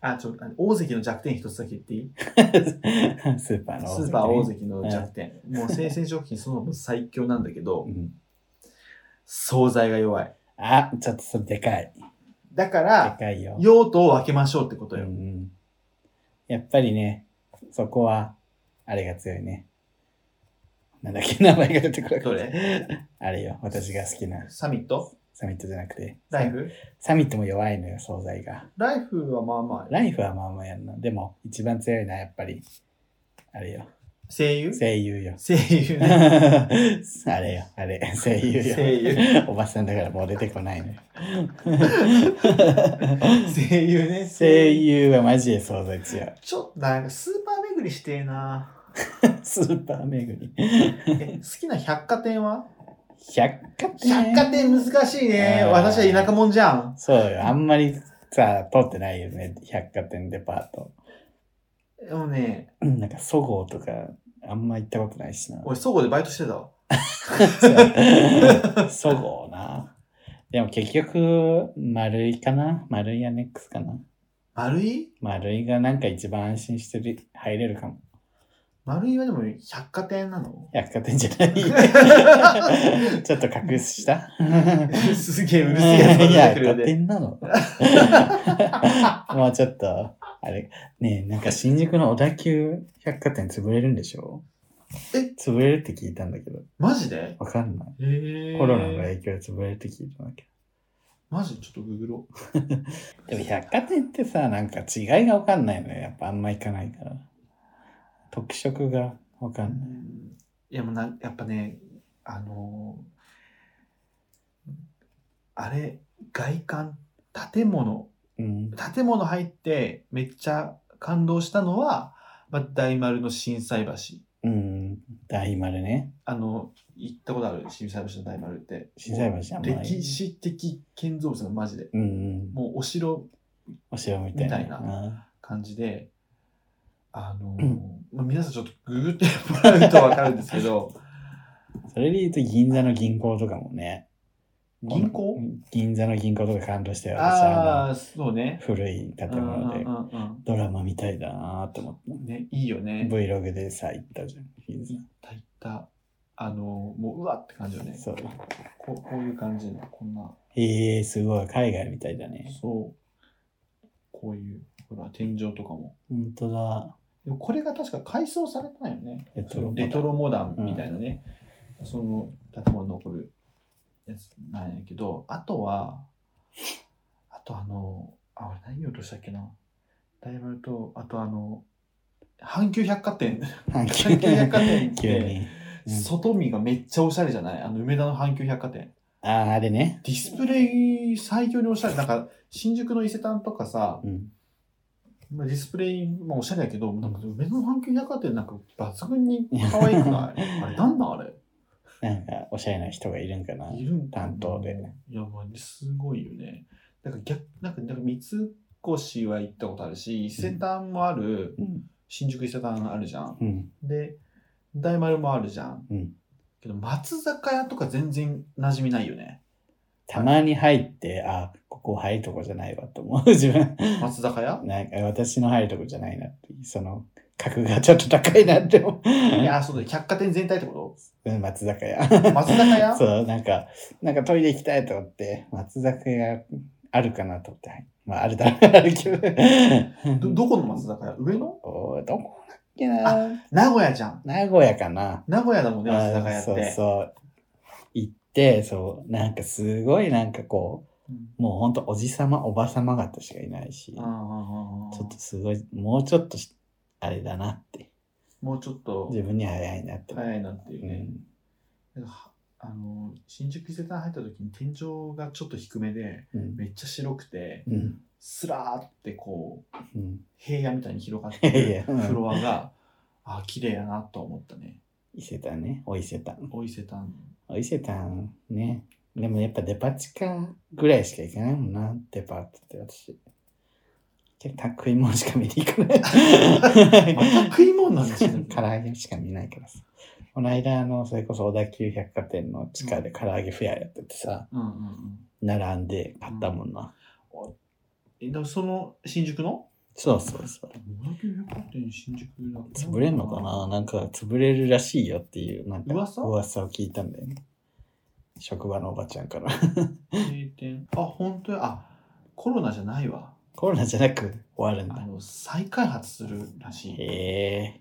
B: あ、ちょ、あ大関の弱点一つだけ言っていい
A: *laughs* スーパーの
B: スーパー大関の弱点。もう生鮮食品その分最強なんだけど
A: う、ん。
B: 惣菜が弱い。
A: あ、ちょっとそれでかい。
B: だか
A: で
B: ら、
A: かいよ。
B: 用途を分けましょうってこと
A: う
B: よ。
A: ん、やっぱりね、そこは、あれが強いね。なんだっけ、名前が出てこなか
B: ど
A: った。
B: れ
A: あれよ、私が好きな
B: サミット
A: サミットじゃなくて。
B: ライフ
A: サミットも弱いのよ、惣菜が。
B: ライフはまあまあ、
A: ライフはまあまあやんな。でも、一番強いのはやっぱり、あれよ、
B: 声優
A: 声優よ。 *laughs*
B: 声優ね。
A: あれよ、あれ、声優よ。
B: 声優。
A: おばさんだからもう出てこないのよ。 *laughs*
B: 声優ね。
A: 声。優はマジで惣菜強い。
B: ちょっとなんかスーパー巡りしてえな。
A: スーパー巡り。
B: え好きな百貨店は
A: 百貨店。
B: 百貨店難しいね。
A: うん
B: 私は田舎者じゃん。
A: そうよ。あんまりさ、通ってないよね。百貨店デパート。
B: でもね、
A: うんなんか、そごうとか、あんま行ったことないしな。
B: 俺、そこでバイトしてたわ。
A: そごうな。でも結局、丸いかな丸いアネックスかな
B: 丸い
A: 丸いがなんか一番安心してる入れるかも。
B: 丸いはでも百貨店なの *laughs*
A: 百貨店じゃない。ちょっと隠した
B: すげえうるせえやつ
A: い
B: が
A: や、
B: 出てくるよ
A: 勝手
B: ね。
A: になの。 *laughs* もうちょっと、あれ、ねえ、なんか新宿の小田急百貨店潰れるんでしょ
B: え
A: 潰れるって聞いたんだけど、
B: マジで
A: わかんない。
B: えー、
A: コロナの影響で潰れるって聞いたんだけ
B: マジちょっとググろう。
A: ど。でも百貨店ってさ、なんか違いがわかんないのよ。やっぱあんま行かないから。特色がわかんない。
B: いやもうなやっぱねあのーあれ外観建物
A: うん。
B: 建物入ってめっちゃ感動したのは、まあ、大丸の心斎橋
A: うん。大丸ね。
B: あの行ったことある心斎橋の大丸って
A: 心斎橋あんまり。
B: 歴史的建造物がマジで
A: うんうん。
B: もうお城
A: お城みたいな。
B: みたい
A: あ
B: な感じであのーまあ、皆さんちょっとググってもらうと分かるんですけど
A: ーそれで言うと銀座の銀行とかもね。
B: 銀行
A: *laughs* 銀座の銀行とか感動して私あ
B: ああそうね
A: の古い建
B: うん
A: 物
B: うん
A: で
B: うん
A: ドラマみたいだなーって思って。
B: ね、いいよね。
A: Vlog でさ、行ったじゃん。銀座
B: 行った行った。あの、もう、うわって感じよね。
A: そう。
B: こうこういう感じの、こんな、
A: ええー、すごい。海外みたいだね。
B: そう。こういう、ほら、天井とかも。
A: ほんとだ。
B: でもこれが確か改装されたよね。
A: レトロモダン
B: レトロモダンみたいなね。その建物残るやつなんやけど、あとは、あとあの、あ、俺何言おうとしたっけな。大丸と、あとあの、阪急百貨店。
A: 阪
B: 阪急百貨店っ
A: 急
B: て、
A: に。うん
B: 外見がめっちゃおしゃれじゃないあの梅田の阪急百貨店
A: ああ、あれね。
B: ディスプレイ最強におしゃれなんか新宿の伊勢丹とかさ
A: うん。
B: まあディスプレイもおしゃれやけどなんか梅田の阪急百貨店なんか抜群に可愛く
A: *laughs*
B: ないあれなんだあれ
A: なんか、おしゃれな人がいるんかな。
B: いるん
A: 担当で
B: いやまあすごいよねなんか逆なんかなんか三越は行ったことあるし伊勢丹もある、
A: うん。
B: 新宿伊勢丹あるじゃん
A: うん。
B: で大丸もあるじゃん
A: うん。
B: けど松坂屋とか全然馴染みないよね
A: たまに入って、あ、ここ入るとこじゃないわと思う。自分。
B: 松坂屋
A: なんか、私の入るとこじゃないなって。その、格がちょっと高いなって思
B: いや、そうだ、百貨店全体ってこ
A: う。うん松坂屋。
B: と松坂
A: *laughs*
B: 屋
A: そう、なんか、なんかトイレ行きたいと思って、松坂屋あるかなと思って、はいまあ、あるだろうなあるけ
B: ど、どこの松坂屋上の
A: ど、おーどこだっけな
B: 名古屋じゃん。
A: 名古屋かな
B: 名古屋だもんね、松坂屋
A: あ
B: っ
A: そう
B: て。
A: そう。行って、そう、なんかすごいなんかこ
B: うん
A: う、もうほんとおじさま、おばさま方しかいないし、ち
B: あ
A: ょ
B: あ
A: っとすごい、もうちょっとし、あれだなって、
B: もうちょっと
A: 自分には早いなって。
B: 早いなっていううね。
A: ん
B: なんかはあの新宿伊勢丹入った時に天井がちょっと低めで、
A: うん
B: めっちゃ白くて、
A: うん
B: すらーってこう、
A: うん
B: 平野みたいに広がっ
A: いやい
B: て
A: や
B: る
A: うん
B: フロアが、あ、綺麗やなと思ったね。
A: 伊勢丹ね、お伊勢丹。
B: お伊勢丹。
A: お伊勢丹ね。でもやっぱデパ地下ぐらいしか行かないもんな、デパートって私。結構食い物しか見に行かない。
B: ま
A: *laughs*
B: た食い物なんですね。
A: 唐揚げしか見ないからさ。この間、あの、それこそ小田急百貨店の地下で唐揚げフェアやっててさ、
B: うんうんうん。
A: 並んで買ったもんな。
B: え、だからその新宿の
A: そうそうそう。
B: 小田急百貨店新宿なくな
A: 潰れんのかななんか潰れるらしいよっていう、なんか
B: 噂
A: 噂を聞いたんだよね。職場のおばちゃんから。
B: 閉店あ本当やあコロナじゃないわ
A: コロナじゃなく終わるん
B: あ
A: だ。
B: の再開発するらしい
A: へえ。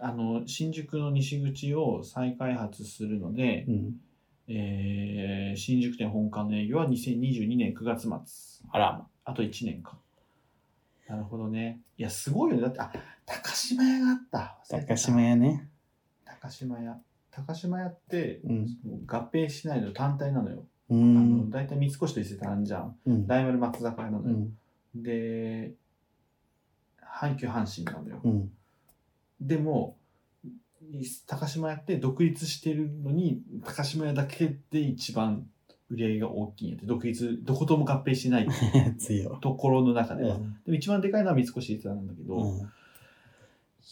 B: あの新宿の西口を再開発するので
A: う、ん。
B: えー新宿店本館の営業は2022年9月末
A: あらま。
B: あと1年かなるほどねいやすごいよねだってあ高島屋があった忘れてた
A: 高島屋ね。
B: 高島屋高島屋って
A: うん。
B: もう合併しないの単体なのよ、
A: う
B: あの
A: ん。
B: 大体三越と伊勢丹じゃん
A: うん。
B: 大丸松坂屋なの
A: う
B: よ、
A: ん。
B: で阪急阪神なのよ、
A: うん。
B: でもい高島屋って独立してるのに高島屋だけで一番売り上げが大きいんやって独立どことも合併してない
A: 強。
B: ところの中
A: う
B: では、
A: ん。
B: でも一番でかいのは三越伊勢丹なんだけど、
A: うん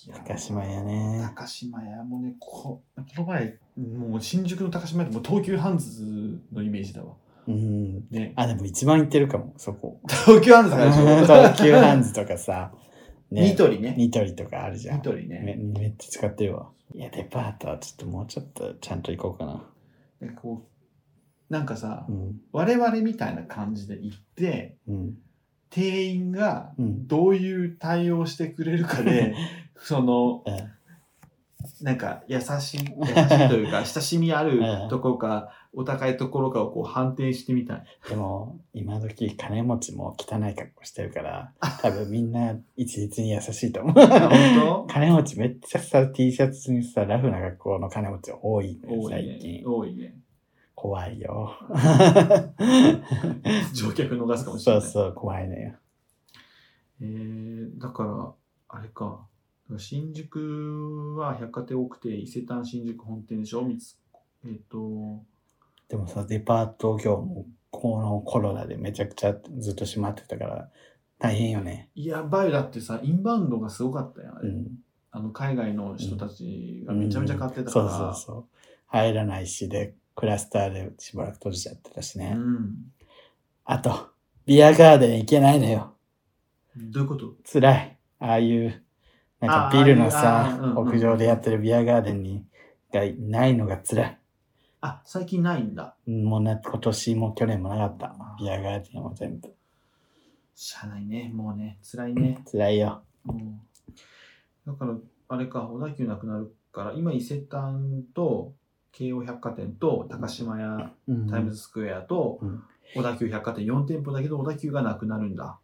B: いやー
A: 高島屋ね。
B: 高島屋もねここの前もう新宿の高島屋ってもう東急ハンズのイメージだわ
A: うん。
B: ね
A: あ、でも一番行ってるかも、そこ。
B: *laughs* 東急ハンズがでしょ
A: 東急ハンズとかさ。
B: ニトリね
A: ニトリとかあるじゃ
B: ニ
A: ん。
B: トリね
A: めめっちゃ使ってるわ。いや、デパートはちょっともうちょっとちゃんと行こうかな。
B: なんかこうなんかさ、
A: うん。
B: 我々みたいな感じで行って
A: うん。
B: 店員が
A: うん *laughs*
B: どういう対応してくれるかで、その
A: うん
B: なんか優しい、優しいという
A: *laughs*
B: か、親しみあるところか、お互いところかをこう判定してみ
A: *laughs*
B: たい。
A: でも今時金持ちも汚い格好してるから多分みんな一律に優しいと思
B: あ
A: う。
B: 本
A: 金持ちめっちゃさ T シャツにさラフな格好の金持ち多い
B: 当
A: のよ
B: 多い
A: 最
B: ね
A: 近。。
B: 多いね。
A: 怖いよ。 *laughs*
B: 乗客逃すかもし
A: そう
B: れない。
A: そう怖いのよ。
B: えー、だから、あれか。新宿は百貨店多くて、伊勢丹新宿本店でしょ三つえっ、と、
A: でもさデパート業もこのコロナでめちゃくちゃずっと閉まってたから大変よね。
B: やばいだってさ、インバウンドがすごかったやん。
A: うん。
B: あの海外の人たちがめちゃめちゃ買ってたか
A: うんそう
B: ら。
A: そうそう。入らないしでクラスターでしばらく閉じちゃってたしね。
B: うん。
A: あとビアガーデン行けないのよ。
B: どういうこと
A: 辛い。ああいう、なんか
B: あ
A: ビルの
B: ああいう
A: さ
B: あうんう、ん
A: 屋上でやってるビアガーデンに、がないのが辛い。
B: あ、最近ないんだ。
A: もうな、今年も去年もなかった。ビアガーデンも全部。
B: しゃあないね。もうね、辛いね。
A: 辛いよ。
B: もうだから、あれか、小田急なくなるから、今伊勢丹と京王百貨店と高島屋、
A: うん
B: タイムズスクエアと
A: うん
B: 小田急百貨店4店舗だけど、小田急がなくなるんだ。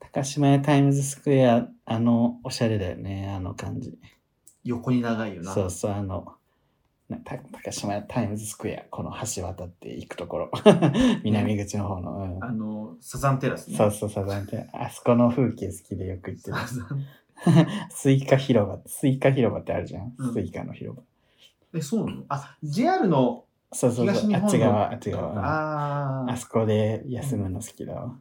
A: 高島屋タイムズスクエア、あの、おしゃれだよね、あの感じ。
B: 横に長いよな。
A: そうそう、あの、なた高島屋タイムズスクエア、この橋渡って行くと
B: *laughs*
A: ころ。南口の方の。
B: あの、サザンテラス
A: うん、
B: ね。
A: そうそう、サザンテあそこの風景好きでよく行ってる。
B: サザン
A: スイカ広場、スイカ広場ってあるじゃん。
B: うん
A: スイカの広場。
B: え、そうなのあ、JR の
A: そうそう
B: 東
A: そう、
B: 日
A: あ
B: 本
A: っ
B: の
A: ち側、あっち側。
B: あ
A: うんあ
B: あ
A: そこで休むの好きだわ。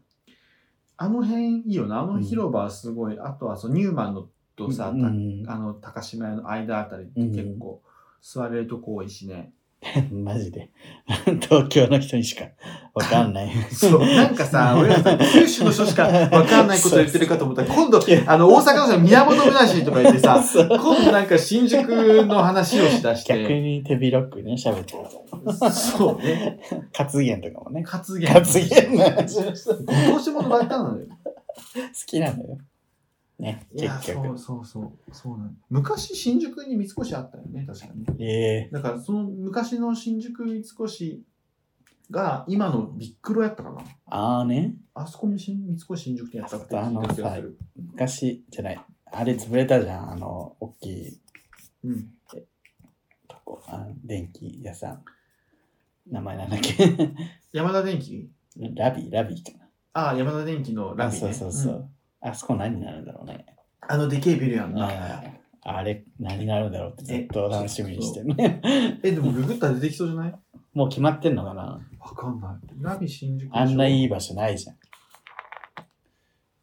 B: あの辺いいよな。あ
A: う
B: の
A: ん
B: 広場はすごい。あとはそのニューマンのとさ、
A: うんうん *laughs*
B: たあの高島屋の間あたりって結構座れるとこ多いしね。
A: *laughs* マジで。 *laughs* 東京の人にしかわかんない。
B: *laughs* そう、なんかさ、俺らさ、九州の人しかわかんないこと言ってるかと思った
A: *laughs*
B: ら、今度、あの、大阪の人は宮本武蔵とか言ってさ、
A: そう
B: 今度なんか新宿の話をしだし
A: 逆
B: て、
A: に手広くね、喋ってる。
B: そうね、
A: *laughs* 活言とかもね。
B: 活言。
A: 活言の話を
B: *laughs*
A: した好
B: ご当地者ばっかなのよ。
A: きなのよ。ね、
B: いや、
A: *laughs* 結
B: そう
A: 局。
B: そうそう、そうなの。昔新宿に三越あったよね、確かに。
A: ええ
B: だからその昔の新宿三越が今のビックロやったかな
A: ああね、
B: あそこも新三越新宿店やったって聞いた気がする。
A: 昔じゃない。あれ潰れたじゃん、あの、大きい
B: うん。
A: とこ、あの電気屋さん。名前なんだっけ *laughs*
B: 山田電機
A: ラビー、ラビーかな。
B: ああ、山田電機のラビ、
A: あ
B: ね、
A: そうそうそう。
B: ん
A: あそこ何になるんだろうね。
B: あのでけえビルやんな。
A: ああれ何になるんだろうってずっと楽しみにしてるね。
B: え、でもググったら出てきそうじゃない
A: もう決まってんのかな
B: わかんない。ラビ新宿でしょ
A: あんないい場所ないじゃん。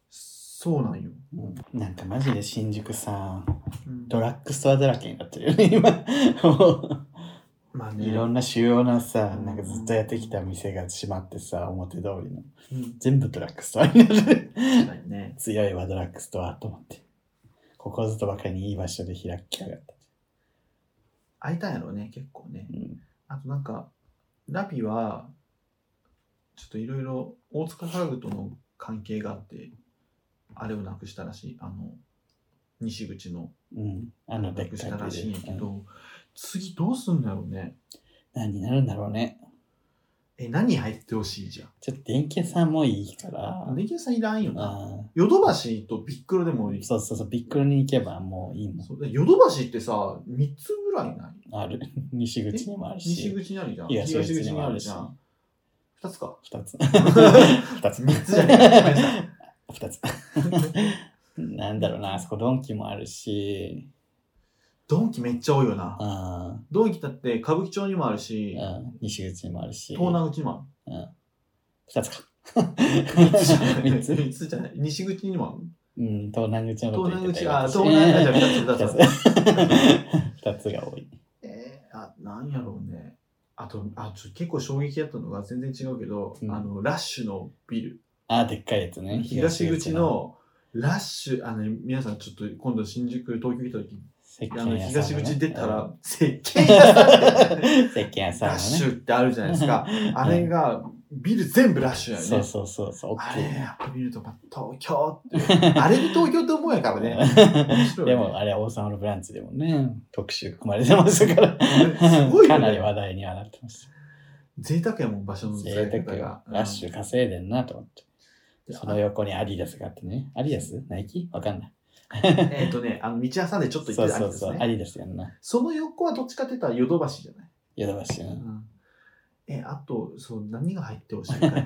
B: そうなんよ。
A: うんなんかマジで新宿さ、
B: うん
A: ドラッグストアだらけになってるよね、今。も
B: まあ
A: う
B: ね。
A: いろんな主要なさ、なんかずっとやってきた店が閉まってさ、表通りの。
B: うん
A: 全部ドラッグストアになる。
B: 確かにね。
A: 強いわ、ドラッグストアと思って。ここずっとばかりにいい場所で開きやがった。
B: 会いたいやろうね、結構ね
A: う。ん
B: あとなんか、ラビは、ちょっといろいろ大塚家具との関係があって、あれをなくしたらしい。あの、西口の
A: うん。あの、でっ
B: なく
A: か
B: し
A: い
B: たらしいん
A: ビ
B: やけ
A: ルうん
B: ど、次どうすんだろうね。
A: 何になるんだろうね。
B: え、何入ってほしいじゃん。
A: ちょっと電気屋さんもいいから。
B: ネギ屋さんいらんよな。
A: あ
B: ヨドバシとビックロでもい
A: ー
B: い。
A: そうそうそう、ビックロに行けばもういいもん。
B: そうでヨドバシってさ、3つぐらいない
A: ある。 *laughs* 西口にもある
B: 西
A: し。
B: 口にあるじゃん。
A: 東口にもあるし
B: 東口にあるじゃん。2つか。
A: 二つ。二つ。
B: 3つじゃねえかごめんなさい。 *laughs*
A: 二つ。なんだろうな、あそこドンキもあるし。
B: ドンキめっちゃ多いよな。
A: あ
B: ドンキだって歌舞伎町にもある
A: ー
B: し、
A: うん、西口にもあるし。
B: 東南口にも
A: 二つか。
B: ある。
A: *laughs*
B: 3
A: 三
B: つ
A: つ。
B: 三つじゃない。西口にも *laughs* ある。
A: うん、東南口のこと
B: 東南口、
A: 言
B: あ、
A: ってた
B: 東南口
A: よ
B: は2つ、2
A: 私 *laughs*
B: つ。 *laughs*
A: 二つが多い。
B: えー、あ、なんやろうね。あと、あ、ちょ結構衝撃だったのが全然違うけど、
A: うん
B: あの、ラッシュのビル。
A: あー、でっかいやつね。
B: 東口。のラッシュ、あの、皆さんちょっと今度新宿、東京行った時、
A: 石鹸
B: あの、
A: 屋さん
B: 東
A: のね
B: 口出た。
A: うん *laughs*
B: ら、石鹸屋さんって
A: 石鹸屋さん
B: ラッ
A: の
B: シ
A: ね。
B: ュってあるじゃないですか。あれが、ビル全部ラッシュやね。
A: そうそうそうそう、
B: あ
A: 大
B: れ
A: きい。
B: やっぱ見ると、ま東京
A: *laughs*
B: って、あれに東京って思うやからね。面白いね
A: でも、あれは王様のブランチでもね、特集組まれてましたから、
B: すごいよね
A: かなり話題にはなってまし
B: 贅沢やもん、場所
A: た。
B: の
A: 贅沢よ。ラッシュ稼いでんなと思って。
B: うん
A: その横にアディダスがあってね。アディダスナイキわかんない。
B: *laughs* えっ、とね、あの道挟んでちょっと行
A: そ
B: っ
A: う
B: てた
A: そ
B: ん
A: う
B: です
A: そう、ア
B: ね。
A: ディダスやんな。
B: その横はどっちかって言ったらヨドバシじゃない、
A: ヨドバシや。
B: うんん、え、あと、そう、何が入ってほしいか *laughs* よ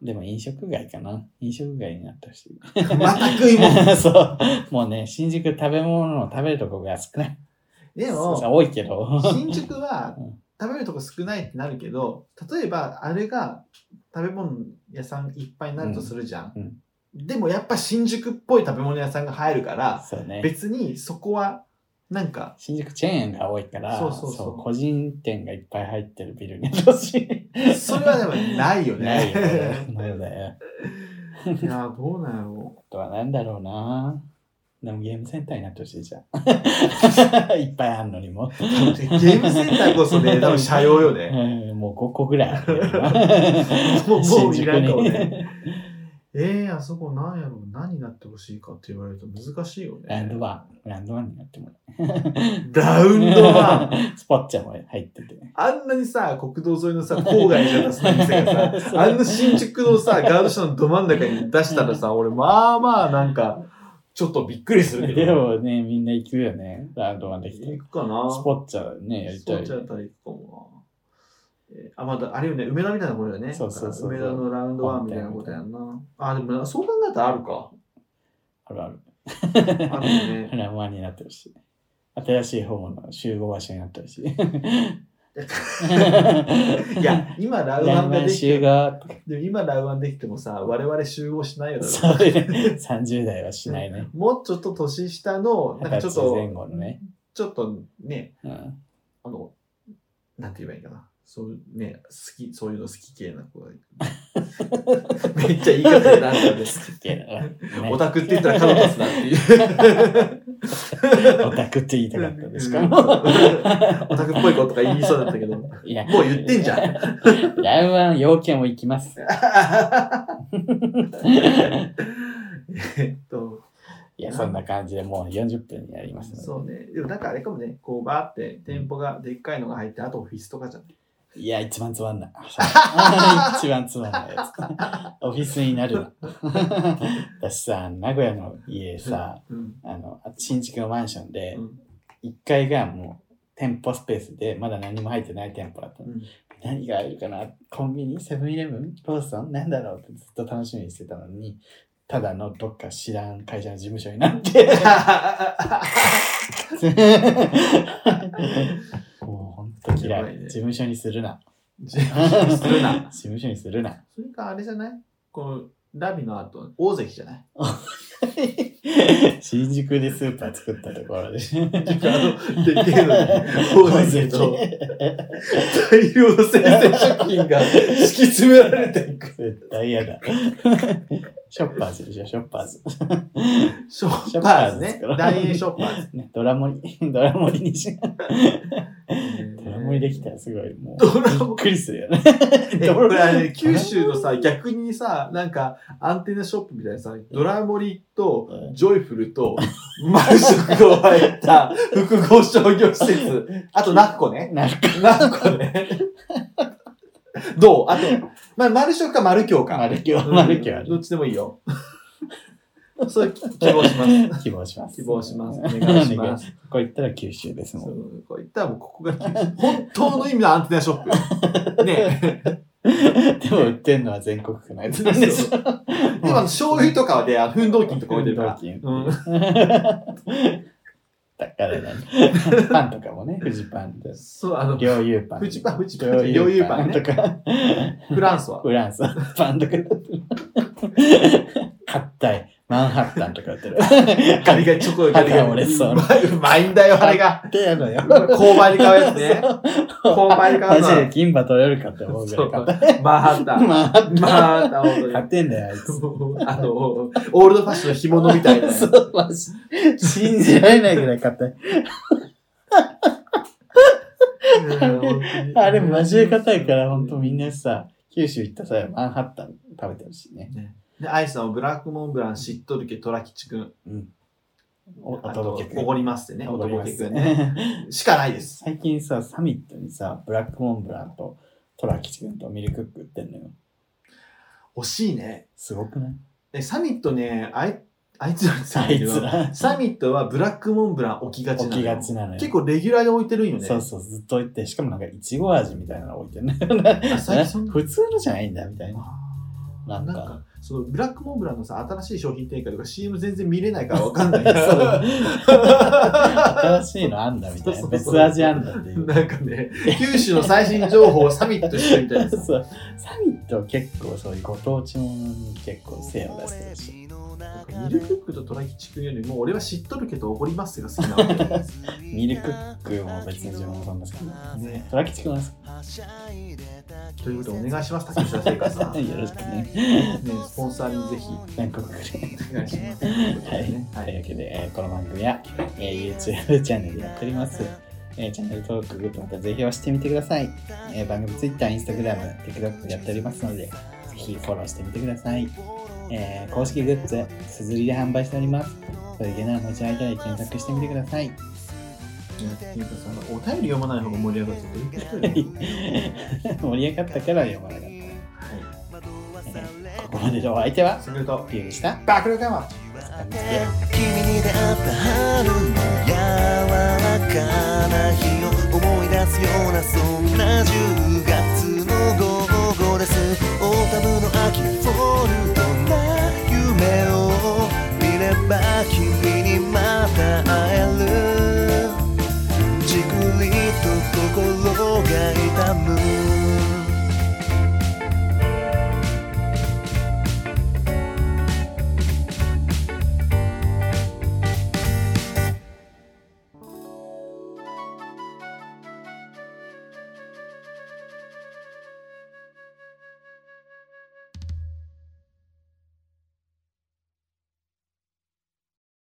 A: でも飲食街かな。飲食街になってほしい。
B: また食いもん。
A: *laughs* そう。もうね、新宿食べ物を食べるとこが少ない。
B: で
A: そうそう
B: も、
A: 多いけど。
B: 新宿
A: *laughs*
B: は
A: うん
B: 食べるとこ少ないってなるけど、例えばあれが食べ物屋さんいっぱいになるとするじゃん。
A: うん
B: でもやっぱ新宿っぽい食べ物屋さんが入るから、
A: そうね。
B: 別にそこはなんか
A: 新宿チェーンが多いから、
B: そうそうそう
A: 個人店がいっぱい入ってるビルになってほしい。
B: それはでもない
A: *laughs*
B: よ
A: ないよね。
B: ね。
A: そうだよ。
B: *laughs* いやどうなんやろ
A: あとはなんだろうな。でもゲームセンターになってほしいじゃん。いっぱいあ *laughs* んのにも。
B: う。 *laughs* ゲームセンターこそ
A: *laughs*
B: ね、多分社用よね。
A: うんもう5個ぐらいあるよ今。
B: *laughs* もうもういらんかも
A: 新宿に
B: ね。えー、あそこなんやろ何になってほしいかって言われると難しいよね。
A: ランドワン。ランドワンになってもらう。
B: ラウンドワン。
A: *laughs* ン。スポッチャも入ってて。
B: あんなにさ、国道沿いのさ、郊外じゃ出す店
A: *laughs*
B: がさ、あんな新宿のさ、ガード下のど真ん中に出したらさ、俺、まあまあなんか、ちょっとびっくりするけ
A: で
B: ど。
A: もね、みんな行くよね。ラウンドワンできて
B: 行。くかな
A: スポッチャね、やり
B: スポ
A: たい
B: ーツや
A: よ
B: っ
A: ね。
B: たら行くかもな。えーあ、まだ、あれよね、梅田みたいなことだよね。
A: そうそうそう
B: 梅田のラウンドワンみたいなことやんな。あ、でもな、そう考えたらあるか。
A: あるある。
B: あるよね。
A: *laughs* ランワンになってるし。新しい方の集合場所になって
B: *laughs*
A: るし。
B: いや、今ラウ
A: ラ
B: ワ
A: ン
B: ン
A: ワ
B: が
A: ン
B: でき
A: 集
B: て、で
A: 合とか。
B: も今ラウワンできてもさ、我々集合しないよだろ
A: そうね。30代はしないね。
B: もうちょっと年下の、なん
A: 二十
B: かちょっ
A: 歳
B: と、
A: 前後のね。
B: ちょっとね、
A: うん
B: あの、なんて言えばいいかな。そういうね、好き、そういうの好き系な子が
A: *laughs*
B: いるめっちゃ言い方になるよね。
A: 好き系だなね
B: *laughs* オタクって言ったら角立つなって
A: *laughs*
B: いう。
A: オタクって言いたかったでしか
B: うん
A: も。
B: オタクっぽい子とか言いそうだったけど、もう
A: *laughs* いや
B: 言ってんじゃん。
A: ランワン要件も行きます。
B: えっと、
A: いや、そんな感じでもう40分になりますので
B: そうね。でもなんかあれかもね、こうバーって店舗がでっかいのが入って、あとオフィスとかじゃん。
A: いや、一番つま
B: *laughs*
A: んない。一番つまんないやつ。 *laughs* オフィスになる
B: *laughs*
A: わ。私さ、名古屋の家さ、
B: うん。
A: あの、新築のマンションで
B: う、ん。
A: 1階がもう店舗スペースで、まだ何も入ってない店舗だったの。何が入るかなコンビニセブンイレブンローソンなんだろうってずっと楽しみにしてたのに、ただのどっか知らん会社の事務所になって。
B: *laughs*
A: もうほんと嫌い。
B: やばいね
A: 事務所にするな。
B: 自分するな。
A: *laughs* 事務所にする
B: *laughs*
A: な。
B: それかあれじゃないこう、ラビの後、大関じゃない
A: 新宿でスーパー作ったところで。
B: あの、でっけえのに、大関と大量の生鮮食品が敷き詰められていく。
A: 絶対嫌だ。ショッパーズでしょ、ショッパーズ。
B: ショッパーズね。大英ショッパーズ。
A: ねドラモリ、ドラモリにしドラモリできたらすごい、もう、
B: ドラ
A: びっ
B: モ
A: くりするよね。
B: えこれあれ、九州のさ、逆にさ、なんか、アンテナショップみたいなさ、ドラモリと、ジョイフルと、マルショクを入った複合商業施設。あと、ナッコね。
A: なる
B: ナッコね。どうあと、まあ、マルショクかマルキョウ
A: か、
B: か。
A: 丸木は、
B: うん
A: 丸木は、
B: どっちでもいいよ。そう、希望します。
A: 希望します。
B: 希望します。お願いします。
A: す。ここ行ったら九州ですも
B: そ
A: ん。
B: うこう言ったらもうここが本当の意味のアンテナショップ。ね
A: でも売ってんのは全国区のやつなんでしょ。
B: え。でもあの醤油とかで、あの、奮闘金とか置いてるから。
A: 運動
B: うん。
A: だからね。
B: *laughs*
A: パンとかもね、フジパンで。
B: そう、あの、
A: 両優パン。
B: フジパンフジパン
A: 両優パン
B: 両
A: とか、
B: フランスは。
A: フランスパンとか。硬い。マンハッタンとか売ってる。
B: ガリガリチョコガリガ
A: 歯が折れ
B: リ。
A: そう
B: うまいうまいんだよ、あれが。
A: ってやのよ。
B: 購買で買うやつね。購買で買う
A: マ
B: の
A: ジで
B: は。
A: 金馬取れるかって思うぐ
B: そ
A: らいう硬い。
B: マンハッタン。
A: マンハッ
B: マ
A: タ
B: ン
A: ン。
B: ハッタン、本当に
A: 買ってんだよ、あいつ。
B: あの、オールドファッションの干物みたいな。
A: そう、マジ。信じられないぐらい硬い。あれマジで硬いから、ほんとみんなさ、九州行った際はマンハッタン食べてるしね。
B: ねで、アイスさんはブラックモンブラン、しっとりけ、とらきちくん。
A: うん。おお
B: あ
A: 届けくん
B: おごりますってね、お
A: 踊りま
B: 届け
A: す
B: くんね。しかないです。
A: 最近さ、サミットにさ、ブラックモンブランとトラキチ君とミルクック売ってんのよ。
B: 惜しいね。
A: すごくない
B: え、サミットね、あい、あいつらって言っ
A: あ
B: てたん
A: いつ
B: だけど
A: ら。
B: サミットはブラックモンブラン置きがちな
A: 起
B: の。
A: きがちなのよ。
B: 結構レギュラーで置いてるんよね。
A: そうそう、ずっと言って、しかもなんかいちご味みたいなの置いてるね。
B: あ *laughs* 最近そんな
A: 普通のじゃないんだみたいな。な
B: な
A: んん
B: か
A: か
B: そのブラックモンブランのさ新しい商品展開とか CM 全然見れないからわかんない
A: *laughs*
B: けど
A: 新しいのあんだみたいな。
B: そうそうそう
A: 別味あんだっていう。
B: なんかね九州の最新情報をサミットしてみたいなさ
A: そうサミットは結構そういうご当地ものに結構精を出してるし。
B: ミルクックとトラキチ君よりも俺は知っとるけど怒りますが好きなわけよ
A: ミルクックも別に自分もそんな好きなんです
B: ね
A: ね。トラキチ君は好
B: ということでお願いします竹下聖華さん、ね
A: き。、 *laughs* *laughs* よろしくね。
B: スポンサーにぜひお
A: 全国で。
B: 願いします
A: はい、というわけで、えーこの番組は、えー YouTube チャンネルでやっております。えーチャンネル登録、グッドまたぜひ押してみてください。えー番組 Twitter、Instagram、TikTok やっておりますので、ぜひフォローしてみてください。えー公式グッズ、すずりで販売しております。それでな持ち上げで検索してみてください。 *laughs*
B: ねっていうかそのお便り読まない方が盛り上がるって言ってるよね
A: 盛り上がったから読まなかった。え
B: は
A: ーここまでのお相手
B: い
A: は、
B: それと
A: ピューでした。
B: 爆力山
A: また
C: 君に出会った春の柔らかな日を思い出すようなそんな10月の午後ですオータムの秋フォルトな夢を見れば君にまた会えるじくりと心が痛む